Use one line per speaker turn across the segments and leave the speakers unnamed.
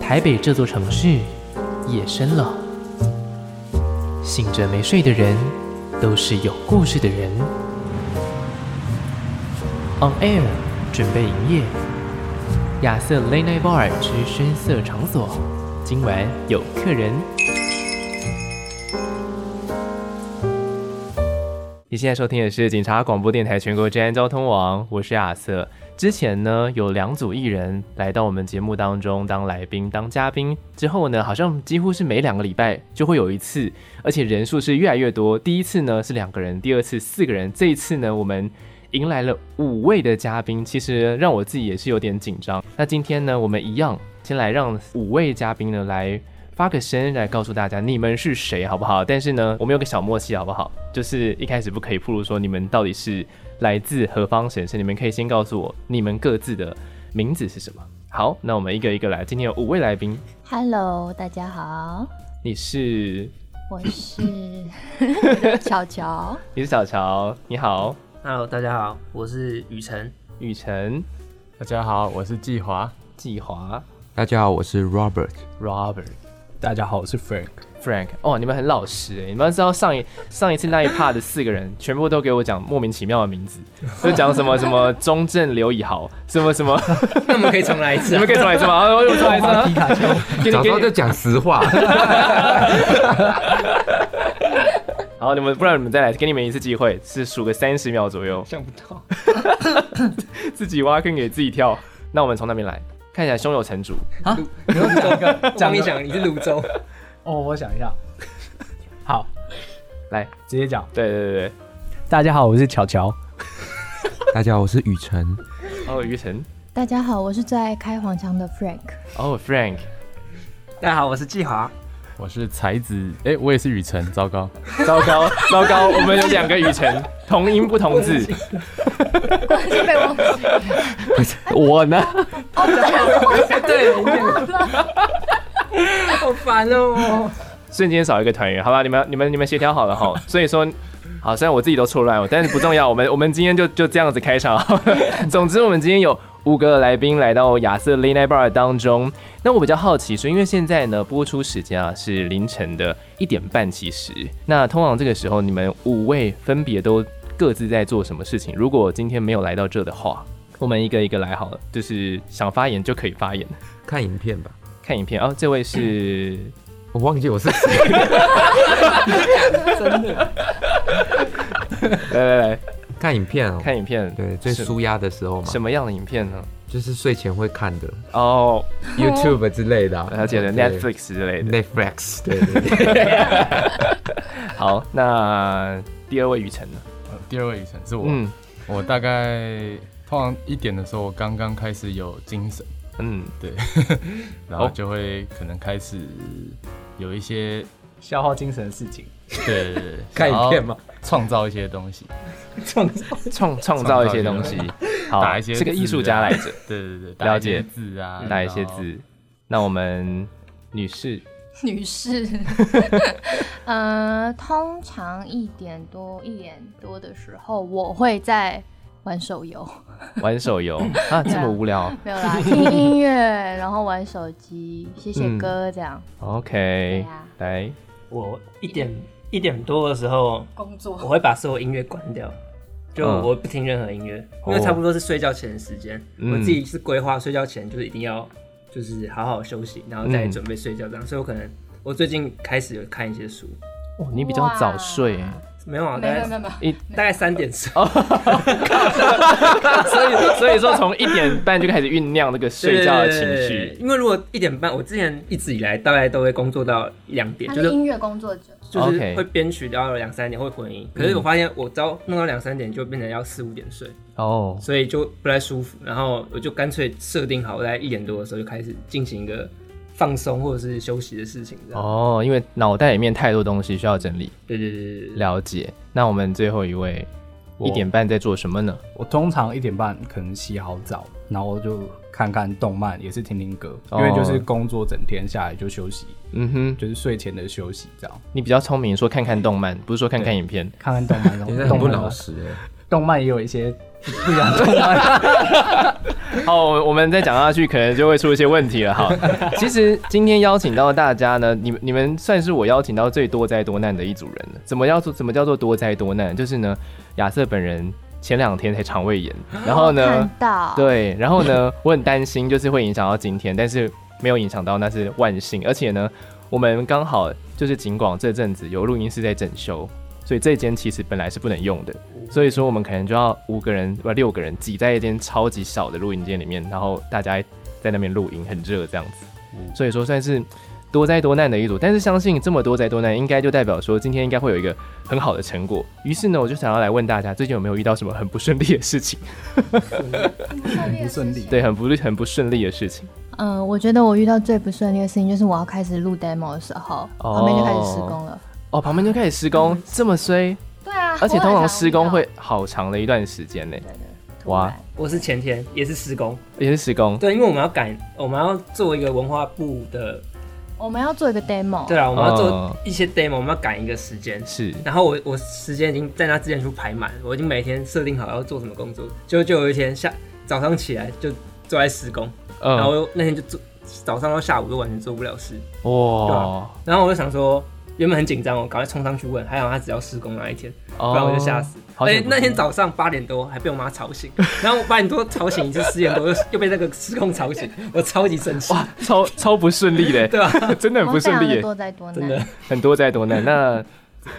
台北这座城市，夜深了。醒着没睡的人，都是有故事的人。On Air 准备营业，亚瑟 Late Night Bar 之深色场所，今晚有客人。你现在收听的是警察广播电台全国治安交通网，我是亚瑟。之前呢，有两组艺人来到我们节目当中当来宾、当嘉宾，之后呢，好像几乎是每两个礼拜就会有一次，而且人数是越来越多。第一次呢是两个人，第二次四个人，这一次呢我们迎来了五位的嘉宾，其实让我自己也是有点紧张。那今天呢，我们一样先来让五位嘉宾呢来发个声来告诉大家你们是谁，好不好？但是呢，我们有个小默契，好不好？就是一开始不可以铺露说你们到底是来自何方神圣，你们可以先告诉我你们各自的名字是什么。好，那我们一个一个来。今天有五位来宾，
Hello，大家好，
你是
我是 巧巧。
你是小乔，你好，
Hello，大家好，我是雨辰。
雨辰、
大家好，我是季华。
季华、
大家好，我是 Robert。
Robert。
大家好，我是 Frank。
Frank，哦，你们很老实哎！你们知道上一上一次那一 part 的四个人，全部都给我讲莫名其妙的 名字，就讲什么什么中正刘以豪，什么什么，
那我们可以重来一次
你们可以重来一次吗？啊我重来一次啊，皮 卡丘，给你
早知
给
道就
你，
讲实话。
好，你们不然你们再来，给你们一次机会，是数个三十秒左右，
想不到，
自己挖坑给自己跳。那我们从那边来，看起来胸有成竹，
你要讲一个，讲一讲，你是泸 州，
哦，我想一下，好，
来，
直接讲。
对对对
大家好，我是巧巧。
大家好，我是雨辰。
对，哦，于晨，
大家好，我是最爱开黄腔的 Frank。
哦，Frank，
大家好，我是季华。
我是才子，哎、我也是雨辰。糟糕，
糟糕糟糕，我们有两个雨辰，同音不同字，
果然是被我
我呢？
对，好烦哦。
瞬间少一个团员，好吧？你们你们你们协调好了哈。所以说，好，虽然我自己都错乱哦了，但是不重要。我们我们今天就就这样子开场。 总之，我们今天有五个来宾来到亚瑟 l a n i Bar 当中。那我比较好奇说，因为现在呢播出时间啊是凌晨的一点半，其实那通常这个时候你们五位分别都各自在做什么事情？如果今天没有来到这的话，我们一个一个来好了，就是想发言就可以发言。
看影片吧，
看影片哦，这位是
我忘记我是 谁。
来来来
看影片哦，
看影片，
对最
是
舒压的时候嘛，
什么样的影片呢？
就是睡前会看的
哦，
YouTube 之类的啊，
了解了
对
，Netflix 之 类的。
Netflix，对对对，
好，那第二位雨辰呢？
第二位雨辰是我。
嗯
我大概通常一点的时候，我刚刚开始有精神，
嗯，
然后
哦
就会可能开始有一些
消耗精神的事情，
对对 对，
看影片嘛，
创造一些东西。
创造
创创造一些东西，好，
打一些
是个
字
艺术家
啊
来着，
对对对，
了
打一
解
些字啊，
打一些
然后。
字。那我们女士，
女士。 呃，通常一点多一点多的时候，我会在玩手游，
玩手游啊，这么无聊。
没有 啦，听音乐，然后玩手机，写写
嗯
歌这样。对
OK，
啊
来，
我一点一点多的时候，
工
我
作
会把所有音乐关掉，就
嗯
我不听任何音乐，
哦
因为差不多是睡觉前的时间。
嗯
我自己是规划睡觉前就是一定要就是好好休息，然后再
嗯
准备睡觉这样。所以我可能我最近开始有看一些书，
哦，你比较早睡欸，
没有啊，
没
大
有没
概
有没有，
大概三点睡，
哦所以所以说从一点半就开始酝酿那个睡觉的情
对对对对
绪。
因为如果一点半，我之前一直以来大概都会工作到一两点，
他
就是是
音乐工作者。
就是
OK 嗯
会编曲到两三点会混音。可是我发现我只要弄到两三点就变成要四五点睡。
哦，
所以就不太舒服。然后我就干脆设定好，我在一点多的时候就开始进行一个放松或者是休息的事情。这样，
哦，因为脑袋里面太多东西需要整理。
对对对对对，
了解。那我们最后一位
我
一点半在做什么呢？
我通常一点半可能洗好澡，然后就看看动漫，也是听听歌，
哦
因为就是工作整天下来就休息，
嗯哼，
就是睡前的休息这样。
你比较聪明，说看看动漫，不是说看看影片。
看看动 漫，
你
然
真的很
后
不欸
动漫
老，实哎。
动漫也有一些不一样的动漫。
好，哦我我们再讲下去，可能就会出一些问题了哈。其实今天邀请到大家呢，你们你们算是我邀请到最多灾多难的一组人了。怎么叫做怎么叫做多灾多难？就是呢，亚瑟本人前两天才肠胃炎，然后呢
看，到，
对，然后呢，我很担心就是会影响到今天，但是没有影响到，那是万幸。而且呢，我们刚好就是景广这阵子有录音室在整修，所以这间其实本来是不能用的，所以说我们可能就要五个人不六个人挤在一间超级小的录音间里面，然后大家在那边录音，很热这样子。所以说算是多灾多难的一组，但是相信这么多灾多难，应该就代表说今天应该会有一个很好的成果。于是呢，我就想要来问大家，最近有没有遇到什么很不顺利的事情？
很
不顺利
对，很不很不顺利的事情。
嗯、我觉得我遇到最不顺利的事情就是我要开始录 demo 的时候，
哦
旁边就开始施工了。
哦，旁边就开始施工，
嗯
这么衰，
对啊，
而且
我
通
很
常
常
施工
遇到
会好长的一段时间呢，哇
哇，
我是前天也是施工，
也是施工。
对，因为我们要赶，我们要做一个文化部的，
我们要做一个 demo，
对啊，我们要
哦
做一些 demo，我们要赶一个时间。
是
然后我我时间已经在那之前就排满，我已经每天设定好要做什么工作，就就有一天下早上起来就坐在施工，
嗯，
然后那天就做早上到下午都完全做不了事，对
哇
啊，然后我就想说。原本很紧张，我赶快冲上去问，还好他只要施工那一天，
不
不然我就吓死。
哦好
而且
险不哦
那天早上八点多还被我妈吵醒，然后我八点多吵醒一次，十点多又又被那个施工吵醒，我超级生气。
哇，超超不顺利的，
对啊，
真的很不顺利
我非常地
耶，
多灾多
真 的
难。
很多灾多难。那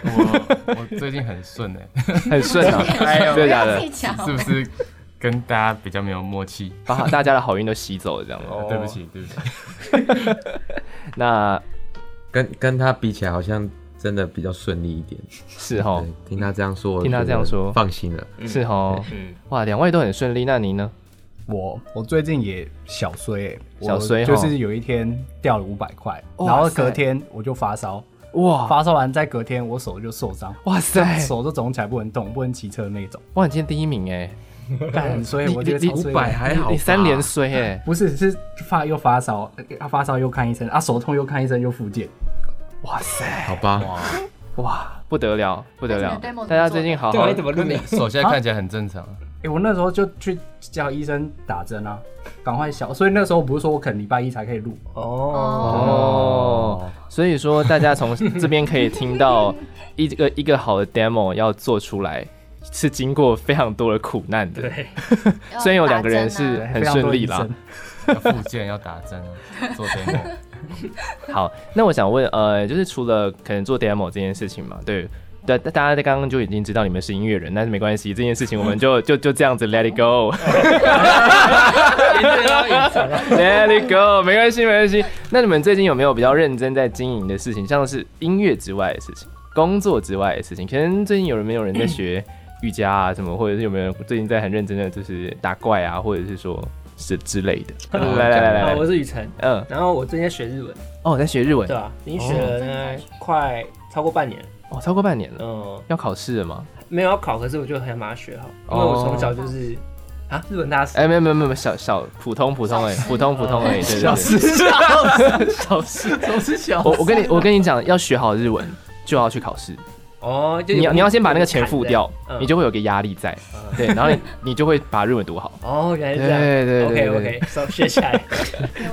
我我最近很顺哎、
很顺 啊，
哎
真的假
不要
的
自？己讲哦
是不是跟大家比较没有默契？
把啊大家的好运都吸走了，这样哦。
对不起，对不起。
那
跟跟他比起来，好像真的比较顺利一点。
是哦，
对，听他这样说，
听他这样说
放心了。
嗯
是哦，哇，两位都很顺利，那你呢？
我我最近也小衰、欸，我
小衰
就
吼
是有一天掉了五百块，
哇
然后
塞
隔天我就发烧，
哇
发烧完再隔天我手就受伤，
哇塞，
手都肿起来不能动，不能骑车 那种，
哇，你今天第一名哎，
干，所以
你
我觉
你
得
你
五百还好吧，
啊你三连衰哎，
不是是发又发烧，呃发烧又看医生啊，手痛又看医生又复健，
哇塞，
好吧？
哇，不得了，不得了
而且你的 demo 怎么做，的
大家最近好
对啊，
好
你怎么录你？
手现在看起来很 正常啊，
哎、我那时候就去叫医生打针啊，赶快消，所以那时候不是说我可能礼拜一才可以录，
哦，
哦，
哦，所以说大家从这边可以听到一个一个好的 demo 要做出来。是经过非常多的苦难的，
对，
要
虽然有两个人
打针
是
啊
很顺利啦嗯
非常多医。生
要复健，要打针啊，做 demo。
好，那我想问，呃，就是除了可能做 demo 这件事情嘛，对，对，大大家在刚刚就已经知道你们是音乐人，但是没关系，这件事情我们就就就这样子 let it go。Let
啊
it go，没关系，没关系。那你们最近有没有比较认真在经营的事情，像是音乐之外的事情、工作之外的事情？可能最近有人没有人在学瑜伽啊什么，或者是有没有人最近在很认真的就是打怪啊，或者是说是之类的？ 来来来来
好，
来
哦我，是雨辰，
嗯，
然后我最近在学日文，
哦，我在学日文
对，啊吧？已经学了大概快超过半年了，
哦，超过半年了，
嗯，
要考试了吗？
没有要考，可是我就很想把它学好，因为
哦
我从小就是啊日文大师，
哎，没有没有没有，小小普通普通而已，普通普通而已，对对对。
小事，总是小
我我跟你我跟你讲，要学好日文就要去考试。
哦，就
你要你要先把那个钱付
付
掉，
嗯
你就会有一个压力在，对，然后你你就会把日文 读好。
哦，原来是这
对对
样，
对
o
对
k OK，so, 学起来，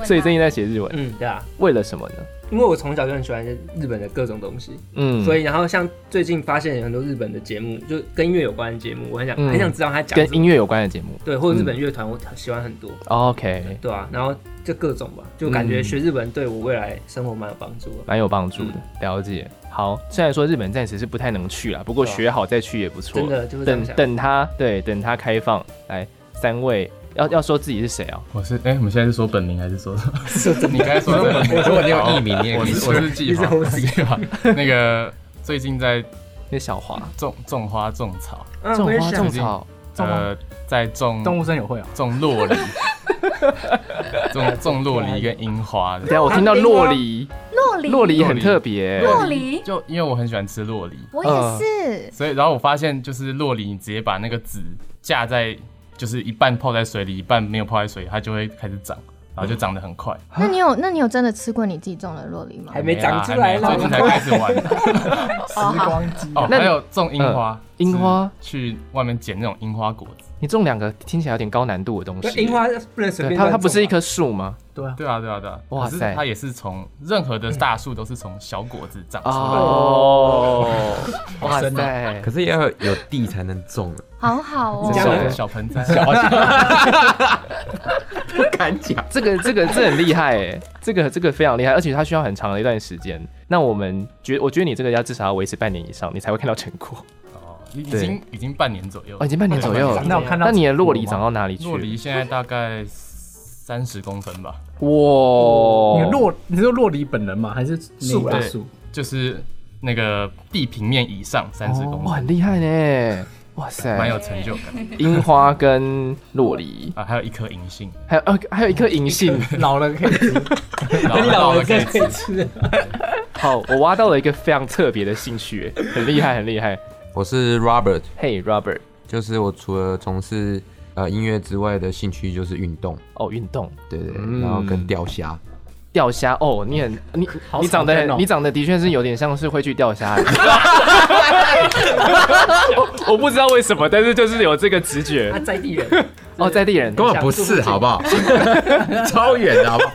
所以最近在写日文，
嗯，对啊，
为了什么呢？
因为我从小就很喜欢日本的各种东西，
嗯，
所
以
以然后像最近发现有很多日本的节目，就跟音乐有关的节目，我很想
嗯
很想知道他讲
跟
什么，
音乐有嗯关的节目。
对，或者日本乐团我喜欢很多，
OK，
对啊，然后就各种吧，就感觉
嗯
学日本对我未来生活蛮有帮助的。
蛮有帮助的，
嗯
了解。好，虽然说日本暂时是不太能去了，不过
对啊
学好再去也不错。
真的就是这样
等
想
等他，对，等他开放来。三位要要说自己是谁啊？
我是哎、我们现在是说本名还是说？ 你刚才说真名？
如果你有艺名，你也
我
可以
是我
说。
是季华，我是季华。那个最近在
是小华，
种种花种草，
嗯
种
啊我也
花
想
种草，
种花
呃，在种
动物森友会啊，
种 洛梨，种种洛梨跟樱花
等一下
的。
我
啊
听到洛梨，
洛梨，
洛梨很特别欸，
洛梨，
就因为我很喜欢吃洛梨，
我也是。
所以然后我发现就是洛梨，你直接把那个籽架在，就是一半泡在水里，一半没有泡在水里，它就会开始长，然后就长得很快。
那你有那你有真的吃过你自己种的洛梨吗？
还没长出
还没
来
啊
啦
最近才开始玩。
哦，好，
哦，
那
还有种樱花，
樱花
是去外面捡那种樱花果子，
你种两个听起来有点高难度的东西。
樱花不能随
对它
便乱种啊，
它不是一棵树吗？
对啊，对啊，对啊。
哇
哇塞，
塞
它也是从任何的大树都是从小果子长出来的。
哦，哇塞
可，是也要有地才能种 啊，
好好
这
真
叫
的
哦。
小小盆栽，小
不敢讲。
这个这个这很厉害哎，这个这个非常厉害，而且它需要很长的一段时间。那我们觉，我觉得你这个要至少要维持半年以上，你才会看到成果。
哦，已
对
经已经半年左右
哦，已。经半年左右了。
那我看到
那你的洛梨长到哪里去？
洛梨现在大概三十公分吧，
哇，
你洛，你是洛里本人吗？还是树
啊
啊
对
树？
就是那个地平面以上三十公
哦哇
分，
很厉害呢，哇
蛮
塞，
有成就感
樱花跟洛梨，
啊。还有一颗银杏，
还有呃还有一颗银杏，
老了可以吃，
老
你老了
可
可
以
以
吃。
吃。
好，我挖到了一个非常特别的兴趣耶，很厉害很厉害。
我是 Robert，
嘿、Robert，
就是我除了从事呃音乐之外的兴趣就是运动，
哦，运动
对对，
嗯
对，然后跟钓虾。
钓虾哦，你很你你长得
常见
很
哦
你长得的确是有点像是会去钓虾的人。 我我不知道为什么，但是就是有这个直觉
他在 地人，
哦，在地人
根本不是，好 不好？超远的好不好？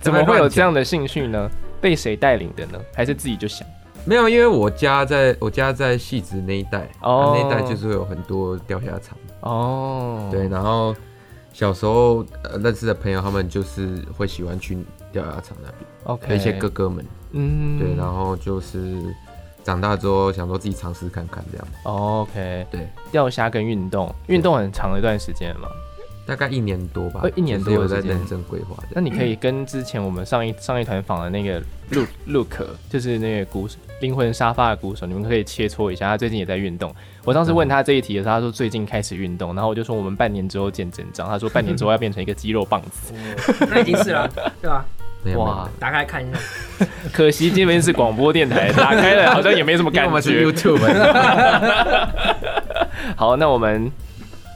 怎么会有这样的兴趣呢？被谁带领的呢？还是自己就想？
没有，因为我家在我家在戏子那一带，
哦
哦、那一带就是有很多钓虾场。
哦，
对，，然后小时候、呃、认识的朋友，他们就是会喜欢去钓虾场那边，
，OK，
有一些哥哥们。
嗯
对，然后就是长大之后想说自己尝试看看这样。
哦 OK，
对，
钓虾跟运动，运动很长的一段时间嘛。
大概一年多吧
呃，一年多
就是
的
有在
时间
认真规划的。
那你可以跟之前我们上一上一团访的那个 Look Look，就是那个鼓手灵魂沙发的鼓手，你们可以切磋一下。他最近也在运动。我当时
嗯
问他这一题的时候，他说最近开始运动，然后我就说我们半年之后见真章。他说半年之后要变成一个肌肉棒 子。
那已经是了，对吧？
没有
哇，
打开看一下，
可惜这边是广播电台，打开了好像也没什么
没有因为
感
我们是
觉。
YouTube，
好，那我们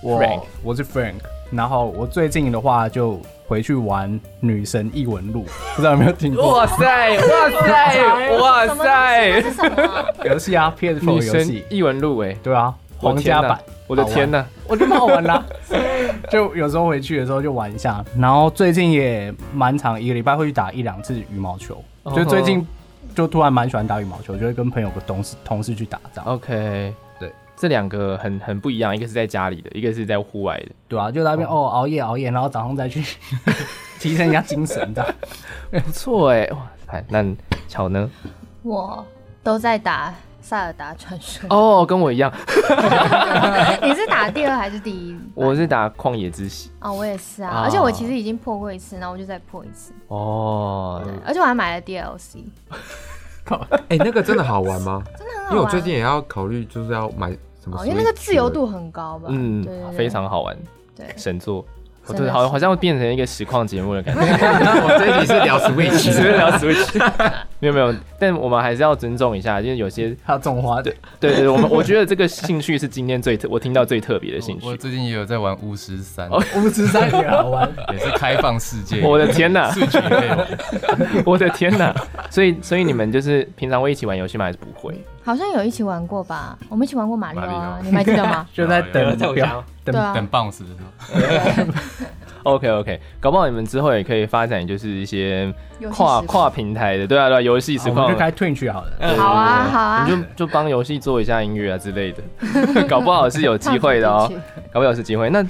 我
Frank
我是 Frank，然后我最近的话就回去玩女神异闻录， 不知道有没有听过
哇塞哇塞哇
什么 东西那
塞，
是什么？
游戏啊？PS4
女
游
神
戏，
异闻录哎，
对啊，
我
皇
的天
家
呐
版，
我的天呐，
我就蛮好玩啦、 就有时候回去的时候就玩一下，然后最近也蛮长，一个礼拜会去打一两次羽毛球，
哦吼
就最近就突然蛮喜欢打羽毛球，就会跟朋友跟同事同事去打这样，
OK，
对，
这两个很很不一样，一个是在家里的，一个是在户外的。
对啊，就在那边哦熬夜熬夜，然后早上再去 提升一下精神的。
不错哎，哇哎，那巧呢？
我都在打《塞尔达 传说》
哦，跟我一样，
你是打第二还是第一？
我是打旷野之息。
啊、我也是啊，
啊
而且我其实已经破过一次，然后我就再破一次，
哦，
对，而且我还买了 DLC，
哎，那个真的好玩吗？
真的很好玩。
因为我最近也要考虑，就是要买什么
哦，
Switch 的，
因为那个自由度很高吧？
嗯
对对，对
非常好玩，
对。
神作。我
真的
对，好
是
好像变成一个实况节目的 感觉，
我这一集是聊 Switch，
只是聊 Switch。没有 没有，但我们还是要尊重一下，因为有些
还有种花的，
对对，我们我觉得这个兴趣是今天最特，我听到最特别的兴
我我
趣。
最近也有在玩巫师三，
哦
五指山也好玩。？
也是开放世界。
我的天哪，
数据也可以玩
我的天哪！所以所以你们就是平常会一起玩游戏吗？还是不会？
好像有一起玩过吧？我们一起玩过马里奥
马
啊
里，奥
你们还记得 吗
就在等
在我家哦。
对啊，
等 bounce 的时候
OK OK，搞不好你们之后也可以发展就是一些
游戏
跨
时
跨平台的，对啊对啊，游戏实
好我们
况
就，开 Twitch 好了。
对
好啊好啊
你就就帮游戏做一下音乐啊之类的， 搞不好是有机会的哦，
唱主题
搞不好是机会。那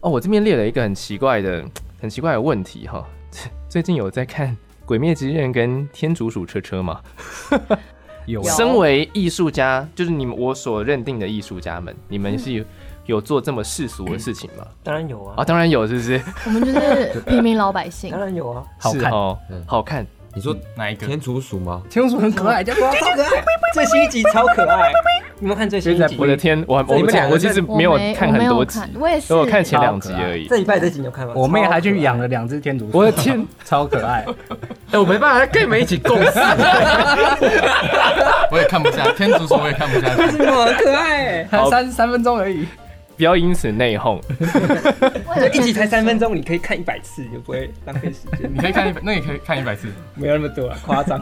哦，我这边列了一个很奇怪的、很奇怪的问题哈、 最近有在看《鬼灭之刃》跟《天竺鼠车车》吗？
有
有
身为艺术家，就是你们我所认定的艺术家们，你们是有有做这么世俗的事情吗？
当然有啊
啊，，当然有，是不是？
曲我们就是平民老百姓
当，然有啊，
好
是
看，
哦
嗯，
好看。
你说
嗯
哪一个？
天竺鼠吗？
天鼠很可爱，就
哇，超可爱，最新一集超可爱，你们看最新一集
我？的天，我还我
你们两个
我其实
我
没有看
我没
很
有
多集，
看，我也是，
所以我看前两集而已
这。礼拜这集你有看吗？
我妹还去养
了，
了两只天竺鼠，
我的天，
超可爱。
哎，我没办法跟你们一起共事。
我也看不下，天竺鼠我也看不下去。
哇，很可爱欸，
才三三分钟而已，
不要因此内讧。
为了
一集才三分
钟，
钟，你可以看一百次，你就不会浪费时间
你，可以看一百，那你可以看一百次。
没有那么多啊，夸张。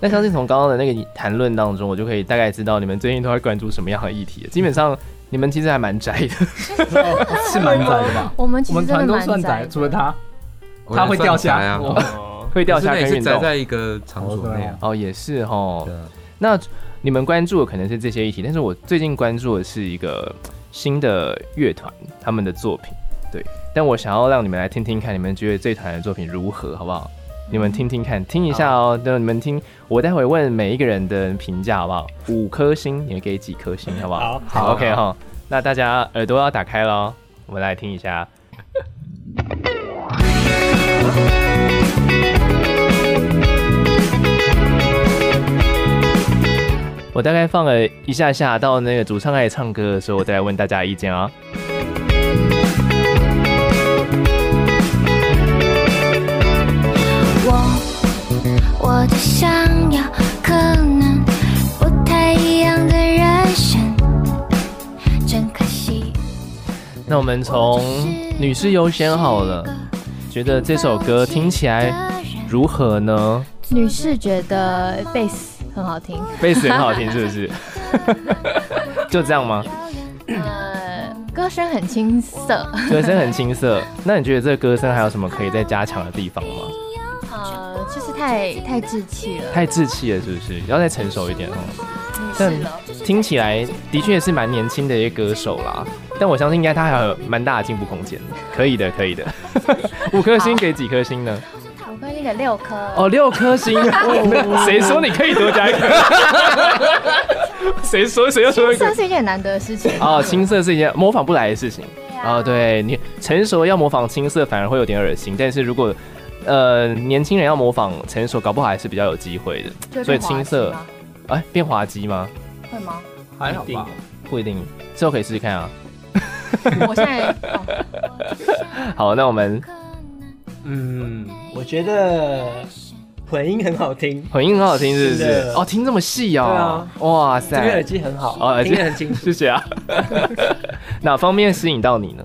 那相信从刚刚的那个谈论当中，我就可以大概知道你们最近都在关注什么样的议题了。基本上，你们其实还蛮宅的，
哦
是蛮宅的吧？
我们
我
其
们
实真的
团都
蛮
算
宅
宅，
的，
除了他，
我
他会
算
掉下
宅啊，
哇
哦，
会掉
可是
下
那也
跟
是
运
宅
动。
在一个场所内啊。
哦，也是哈
对。啊
那你们关注的可能是这些议题，但是我最近关注的是一个新的乐团他们的作品，对。但我想要让你们来听听看，你们觉得这团的作品如何，好不好？你们听听看，听一下哦。那你们听，我待会问每一个人的评价，好不好？五颗星，你们给几颗星，好不好？
好
好，OK 哈。那大家耳朵要打开喽，我们来听一下。我大概放了一下下，到那个主唱开始唱歌的时候，我再来问大家意见啊。
我我的想要可能不太一样的人生，真可惜。
那我们从女士优先好了，觉得这首歌听起来如何呢？
女士觉得贝斯很好听，
贝斯很好听，是不是？ 就这样吗？
呃，歌声很青涩，
歌声很青涩，那你觉得这个歌声还有什么可以再加强的地方吗？
呃，就是太太稚气了，
太稚气了，是不是？要再成熟一点哦。
女
但
士了。
听起来的确是蛮年轻的一个歌手啦，但我相信应该他还有蛮大的进步空间。可以的，可以的。 五颗星给几颗星呢？
我跟你给六颗，
哦，六颗星， 谁说你可以多 加一颗？谁说谁又说一
这
个？
是一件很难得的事情。
哦，青涩是一件模仿不来的事情。哦，对你成熟要模仿青涩反而会有点恶心，但是如果呃年轻人要模仿成熟，搞不好还是比较有机会
就
的。
会
所以
变滑
青
稽
涩
吗，
哎，变滑稽吗？
会吗？
还好吧？
不一定，之后可以试试看啊。
我现在、 哦、
好，那我们
嗯，
我觉得混音很好听，
混音很好听，是不
是
是？
的啊
哦，听这么细哦，哇
这边耳
塞，
机很
哦
好，
耳机
听得很清楚。
谢谢 啊。哪方面吸引到你呢？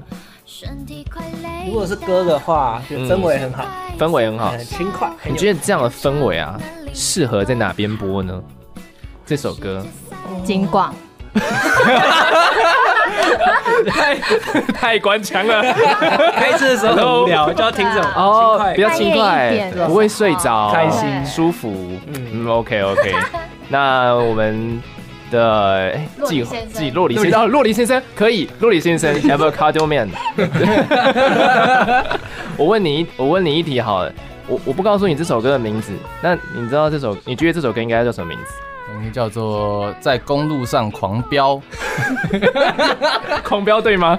如果是歌的话，就氛围很好，
氛围很好，
很轻快。很
哎你
有
觉得这样的氛围啊，适合在哪边播呢？这首歌
金广，
太 官腔了
开车的时候很无聊，就要听这种
啊
哦
轻，快
比较轻
半夜一
快
点的，时候
不会睡着，
开
心
舒服。嗯，OK OK。那我们的哎
洛
季
黎先生
季洛里先生，哦洛里先生可以，洛里先生 Avocado Man。我问你一，我问你一题好了，我我不告诉你这首歌的名字，那你知道这首，你觉得这首歌应该叫什么名字？
应该叫做在公路上狂 飙，
狂飙对吗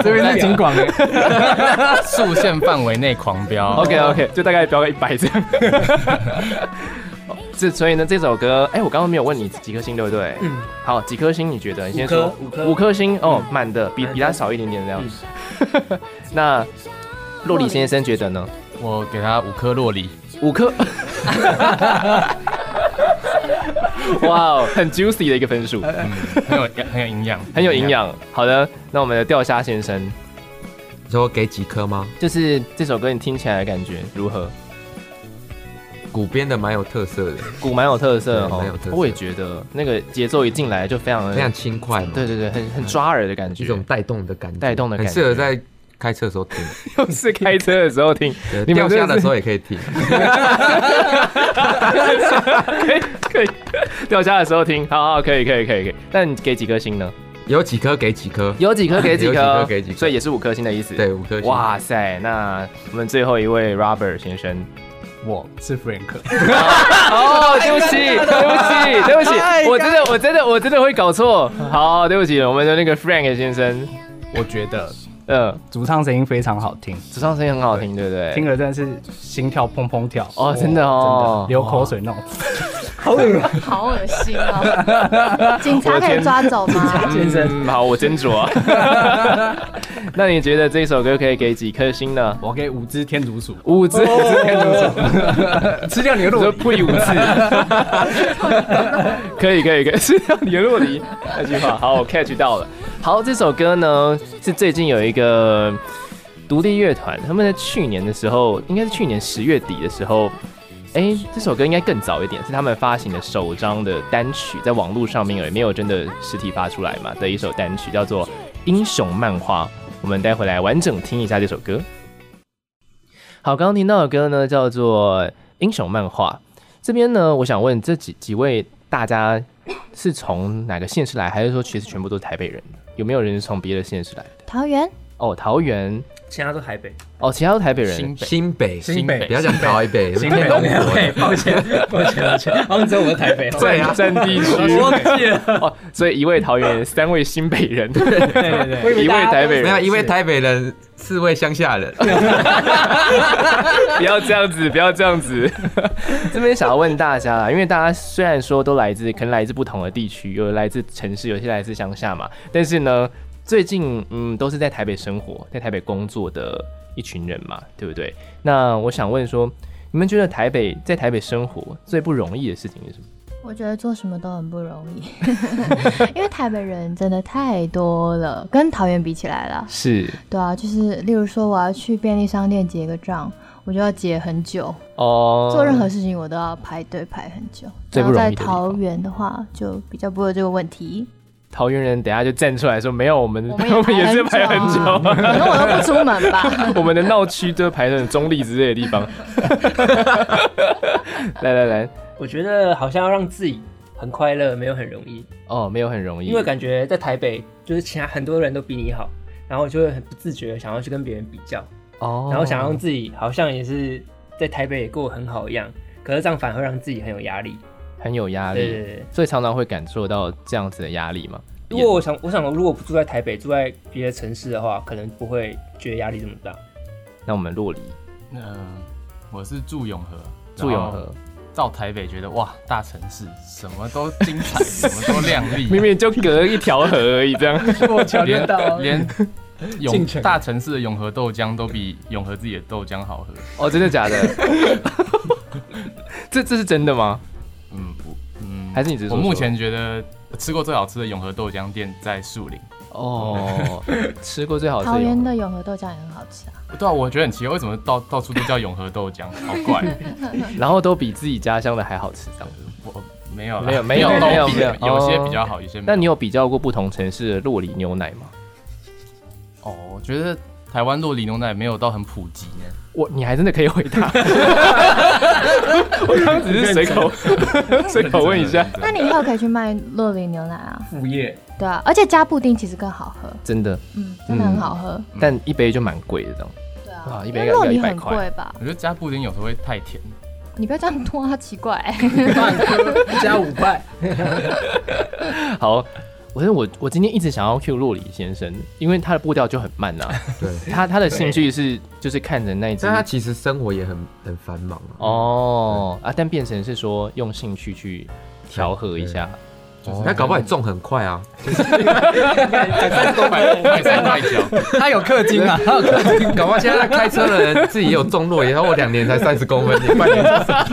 这边是金广的，
欸
速限范围内狂飙。
？OK OK，就大概飙个一百这样。哦 这所以呢，这首歌，哎，我刚刚没有问你几颗星，对不对？嗯。好，几颗星？你觉得？你先
五
说。
颗五颗
五颗星哦，满的，嗯比比它少一点点这样。 那洛里先生觉得呢？
我给他五颗 洛梨，
五颗。 哇哦，很 juicy 的一个分数，
嗯
很有很有营养，
很有营。养。好的，那我们的钓虾先生，
你说我给几颗吗？
就是这首歌你听起来的感觉如何？
鼓编的蛮有特色的，
鼓蛮有特色的
对
哦
蛮有特，色
我也觉得那个节奏一进来就非常
非常轻快嘛，
对，对对，很很抓耳的感觉
一。种带动的感觉，
带动的感
很
觉
适合在开车的时候听，
又是开车的时候听，
对
你们
呃掉
真的
下
是
的时候也可以听。
啊可以可以，掉虾的时候听，好好可以可以可以可以。那你给几颗星呢？
有几颗给几颗，
有几颗给几
有几
颗，
颗给几颗
所以也是五颗星的意思。
对，五颗星。
哇塞，那我们最后一位 Robert 先 生，
我是 Frank。
哦，对不起，对
哎
不起，对不起，我真的，我真的，我真的会搞错。好，对不起，我们的那个 Frank 先生，
我觉得
嗯，
主唱声音非常好听，
主唱声音很好听，对不
听
对？
了真的是心跳砰砰跳
哎哦，真的哦，
流口水那种。
好恶心 哦！警察可以抓走吗？
先生
嗯，好，我 斟酌。 那你觉得这首歌可以给几颗星呢？
我给五只天竺鼠，
五只，五只天竺鼠，
吃掉你
哦你
的肉
说，呸五次， 可以可以可 以，是让你的洛梨那句话，好，我 catch 到了。好，这首歌呢是最近有一个独立乐团，他们在去年的时候，应该是去年十月底的时候哎，这首歌应该更早一点，是他们发行的首张的单曲，在网络上面而已没有真的实体发出来嘛的一首单曲，叫做《英雄漫画》。我们待会来完整听一下这首歌。好，刚刚听到的歌呢，叫做《英雄漫画》。这边呢，我想问这几几位大家是从哪个县市来，还是说其实全部都是台北人？有没有人是从别的县市来的？
桃园
哦，桃园
其他都台北，
哦，其他都台北人。
新北
新北，
新北
不要讲台 北，
新北
天龙国
对，
的
抱歉，抱歉，抱歉，好像只有我在台北，
对啊，
占地区
我忘记了，
哦，所以一位桃园人，三位新北人，
对对 对，
我以
一位
为大家
台
都
北
没有
人。
一位台北人，四位乡下人。
不要这样子，不要这样子。 这边想要问大家啦，因为大家虽然说都来自，可能来自不同的地区，有来自城市，有些来自乡下嘛，但是呢，最近嗯都是在台北生活，在台北工作的一群人嘛，对不对？那我想问说，你们觉得台北在台北生活最不容易的事情是什么？
我觉得做什么都很不容 易，因为台北人真的太多了，跟桃园比起来啦。
是
对啊，就是例如说我要去便利商店结个账，我就要结很久，
哦，
做任何事情我都要排队排很久。
最不
然后
容
在
易的地方
桃园的话，就比较不会有这个问题。
桃园人，等一下就站出来说没有， 我们
我们也
也是排
排
很
很久
久
啊。 可能我都不出 门吧。
我们的闹区都排成中立之类的地方。 来来来，
我觉得好像要让自己很快乐，没有很容易，
哦，没有很容易，
因为感觉在台北，就是其他很多人都比你好，然后就会很不自觉地想要去跟别人比较，
哦，
然后想让自己好像也是在台北也过得很好一样，可是这样反而会让自己很有压力。
很有压
对对
力，
对。
所以常常会感受到这样子的压力嘛。
如果我想，我想如果不住在台北，住在别的城市的话，可能不会觉得压力这么大。
那我们洛梨
嗯，我是住永和，
住永和，，
哦
到台北觉得哇，大城市什么都精彩， 什么都亮丽，
明明就隔一条河而已，这样
过桥就
连
到了。
连永
进城
大城市的永和豆浆都比永和自己的豆浆好喝。
哦，真的假的？ 这这是真的吗？
嗯，我嗯，
还是你只是
我
说说
目前觉得吃过最好吃的永和豆浆店在树林。
哦，吃过最好吃
桃园
的
的永和豆浆也很好吃啊，
对啊，我觉得很奇怪，为什么到到处都叫永和豆浆，好怪。
有，然后都比自己家乡的还好吃，这样。
我没有啦，
没有没有
都
没有
比
没有
有些
哦
比较好，有些没有。
那你有比较过不同城市的洛梨牛奶吗？
哦，我觉得台湾洛梨牛奶没有到很普及呢。
我你还真的可以回答， 我刚刚只是随口 随口问一下，
那你以后可以去卖洛林牛奶啊。
嗯
副业
对啊，而且加布丁其实更好喝，
真的，
嗯，真的很好喝。
但一杯就蛮贵的这样。
对
哇
啊，
一
因
杯感
为
觉
洛
要
梨
100
很
块
贵吧？
我觉得加布丁有时候会太甜。
你不要这样拖啊，奇怪、
加五块，
好，我觉得我我今天一直想要 Q 洛里先生，因为他的步调就很慢 呐、
对，
他他的兴趣是就是看着那一只
但他其实生活也很很繁忙啊。
哦啊，但变成是说用兴趣去调和一下，哦
他搞不好也种很快啊，
买买三块九，
他有氪金啊，他有氪金。
搞不好现在开车的人自己也有种 落叶，然后我两年才三十公分，你半年才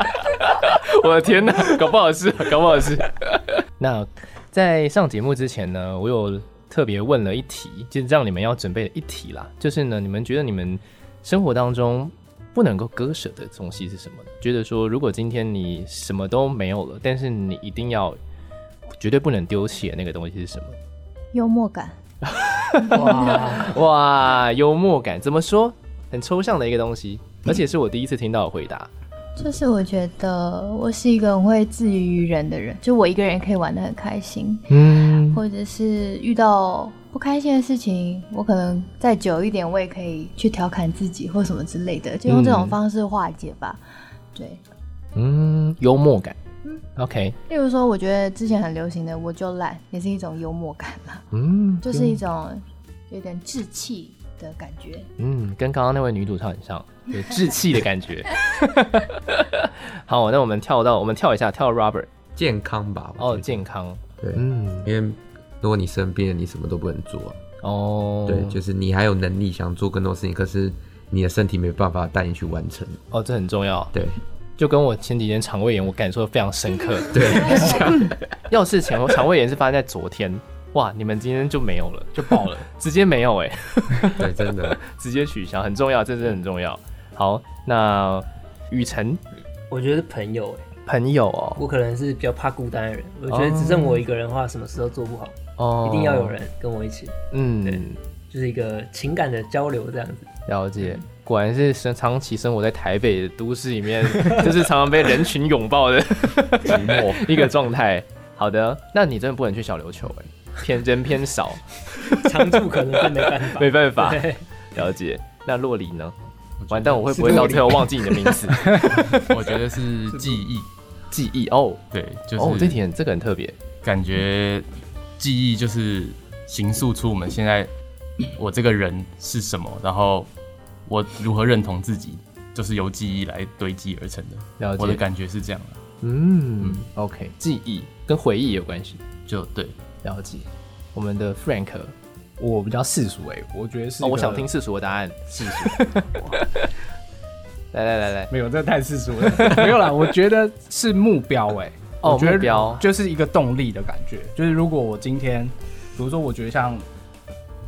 我的天呐，搞不好是，搞不好是。 那在上节目之前呢，我有特别问了一题，就是让你们要准备的一题啦，就是呢，你们觉得你们生活当中不能够割舍的东西是什么呢？觉得说，如果今天你什么都没有了，但是你一定要绝对不能丢弃的那个东西是什么？
幽默感，
哇，幽默感怎么说？很抽象的一个东西，而且是我第一次听到的回答。
就是我觉得我是一个很会自娱于人的人，就我一个人可以玩得很开心，
嗯，
或者是遇到不开心的事情，我可能再久一点，我也可以去调侃自己或什么之类的，就用这种
嗯
方式化解吧。对，
嗯，幽默感。OK，
例如说，我觉得之前很流行的“我就烂”也是一种幽默感啦，
嗯，
就是一种有点志气的感觉。
嗯，跟刚刚那位女主唱很像，有志气的感觉。 好，那我们跳到我们跳一下，跳 Robert
健康吧。我觉
哦，
得
健康，
对，
嗯，
因为如果你生病了，你什么都不能做啊。
哦，
对，就是你还有能力想做更多事情，可是你的身体没办法带你去完成。
哦，这很重要，
对，
就跟我前几天肠胃炎，我感受非常深刻。
对，
要是前肠胃炎是发生在昨天，哇，你们今天就没有了，就爆了， 直接没有哎、
对，真的。
直接取消，很重要，这真的很重要。好，那雨辰
我觉得是朋友哎、
朋友哦，
我可能是比较怕孤单的人，我觉得只剩我一个人的话，什么事都做不好，
哦
一定要有，人跟我一起，
嗯，
就是一个情感的交流这样子。
了解。果然是生长期生活在台北的都市里面，就是常常被人群拥抱的
寂寞。
一个状态。好的，那你真的不能去小琉球哎、偏真偏少，
常驻可能真没办 法，
没办法。
对
了解。那洛里呢？完蛋，我会不会到最后忘记你的名字？
我觉得是记忆，
记忆哦，
对，就是
哦，这点这个很特别。
感觉记忆就是形塑出我们现在我这个人是什么，然后我如何认同自己，就是由记忆来堆积而成的。
了
我的
解，
感觉是这样啊的，
嗯，OK，记忆跟回忆有关系。
就对，
了解。我们的 Frank，
我比较世俗哎、我觉得是、
哦，我想听，世俗的答案。世俗。 来来来来，
没有，这太世俗了， 没有啦，我觉得是目标哎、
哦
我觉得
目标
就是一个动力的感觉，就是如果我今天，比如说我觉得像，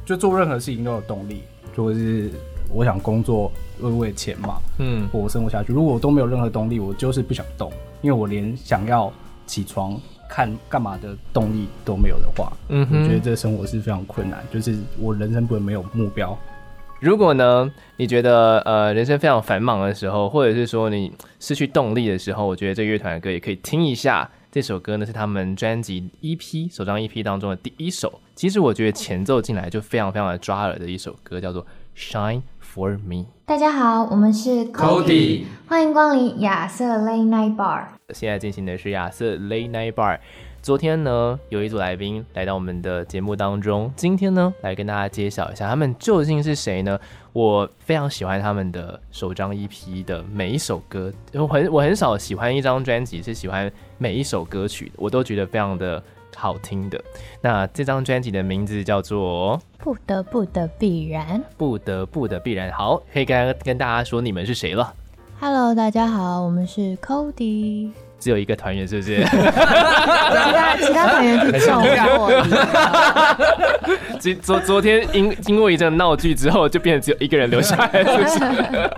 就做任何事情都有动力，就是我想工作为为钱嘛，
嗯，
我生活下去。如果我都没有任何动力，我就是不想动，因为我连想要起床看干嘛的动力都没有的话，
嗯哼
我觉得这生活是非常困难，就是我人生不会没有目标。
如果呢，你觉得呃人生非常繁忙的时候，或者是说你失去动力的时候，我觉得这个乐团的歌也可以听一下。这首歌呢是他们专辑 EP 首张 EP 当中的第一首，其实我觉得前奏进来就非常非常的抓耳的一首歌，叫做《Shine for Me
大家好，我们是
Cody
欢迎光临亚瑟 Late Night Bar。》。
现在进行的是亚瑟 Late Night Bar。昨天呢，有一组来宾来到我们的节目当中，今天呢，来跟大家揭晓一下他们究竟是谁呢？我非常喜欢他们的首张 EP 的每一首歌，呃我很我很少喜欢一张专辑是喜欢每一首歌曲的，我都觉得非常的好听的。那这张专辑的名字叫做《
不得不的必然。
不得不的必然》。好，可以跟跟大家说你们是谁了。
Hello，大家好，我们是 Cody。
只有一个团员是不是？
其他其他团员去救 我，
昨昨昨天因经过一阵闹剧之后，就变成只有一个人留下来是不是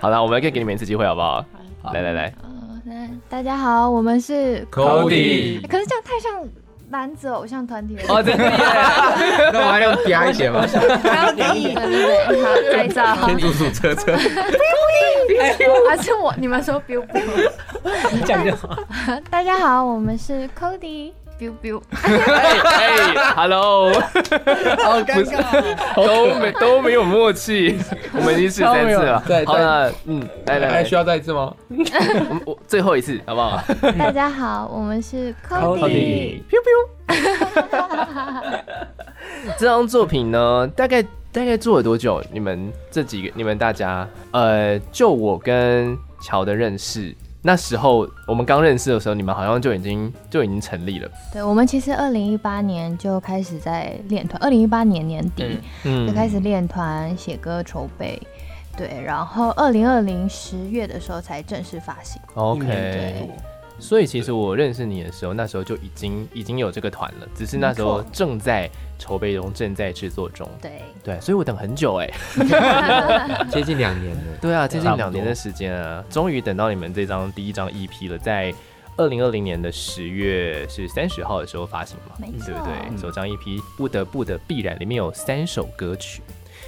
好了，我们可以给你们一次机会，好不好？来来来，
那大家好，我们是。
Cody，
可是这样太像男子偶像团体了。
哦，真的
那我还要嗲一点吗？
还要给你们对不对？好，拍照。
天竺鼠车车，
还啊是我？你们说 biu biu？
这样就好。
大家好，我们是 Cody。biu biu。
哎哎，Hello，
好尴尬。
都没都没有默契，我们已经试三次了。
对
好了，嗯，来来
还
来
需，要再一次吗？
我们我最后一次，好不好？
大家好，我们是 Cody
Cody。
这张作品呢，大概大概做了多久？你们这几个，你们大家，呃，就我跟乔的认识，那时候我们刚认识的时候，你们好像就已经就已经成立了。
对，我们其实二零一八年就开始在练团，二零一八年年底
嗯
就开始练团、写歌、筹备。对，然后二零二零十月的时候才正式发行。
嗯
OK，所以其实我认识你的时候，那时候就已经已经有这个团了，只是那时候正在筹备中，正在制作中。
对，
对，所以我等很久哎、
接近两年了。
对啊，接近两年的时间啊，终于等到你们这张第一张 EP 了，在二零二零年的十月是三十号的时候发行嘛，
没错
对不对？首张 EP《不得不的必然》里面有三首歌曲，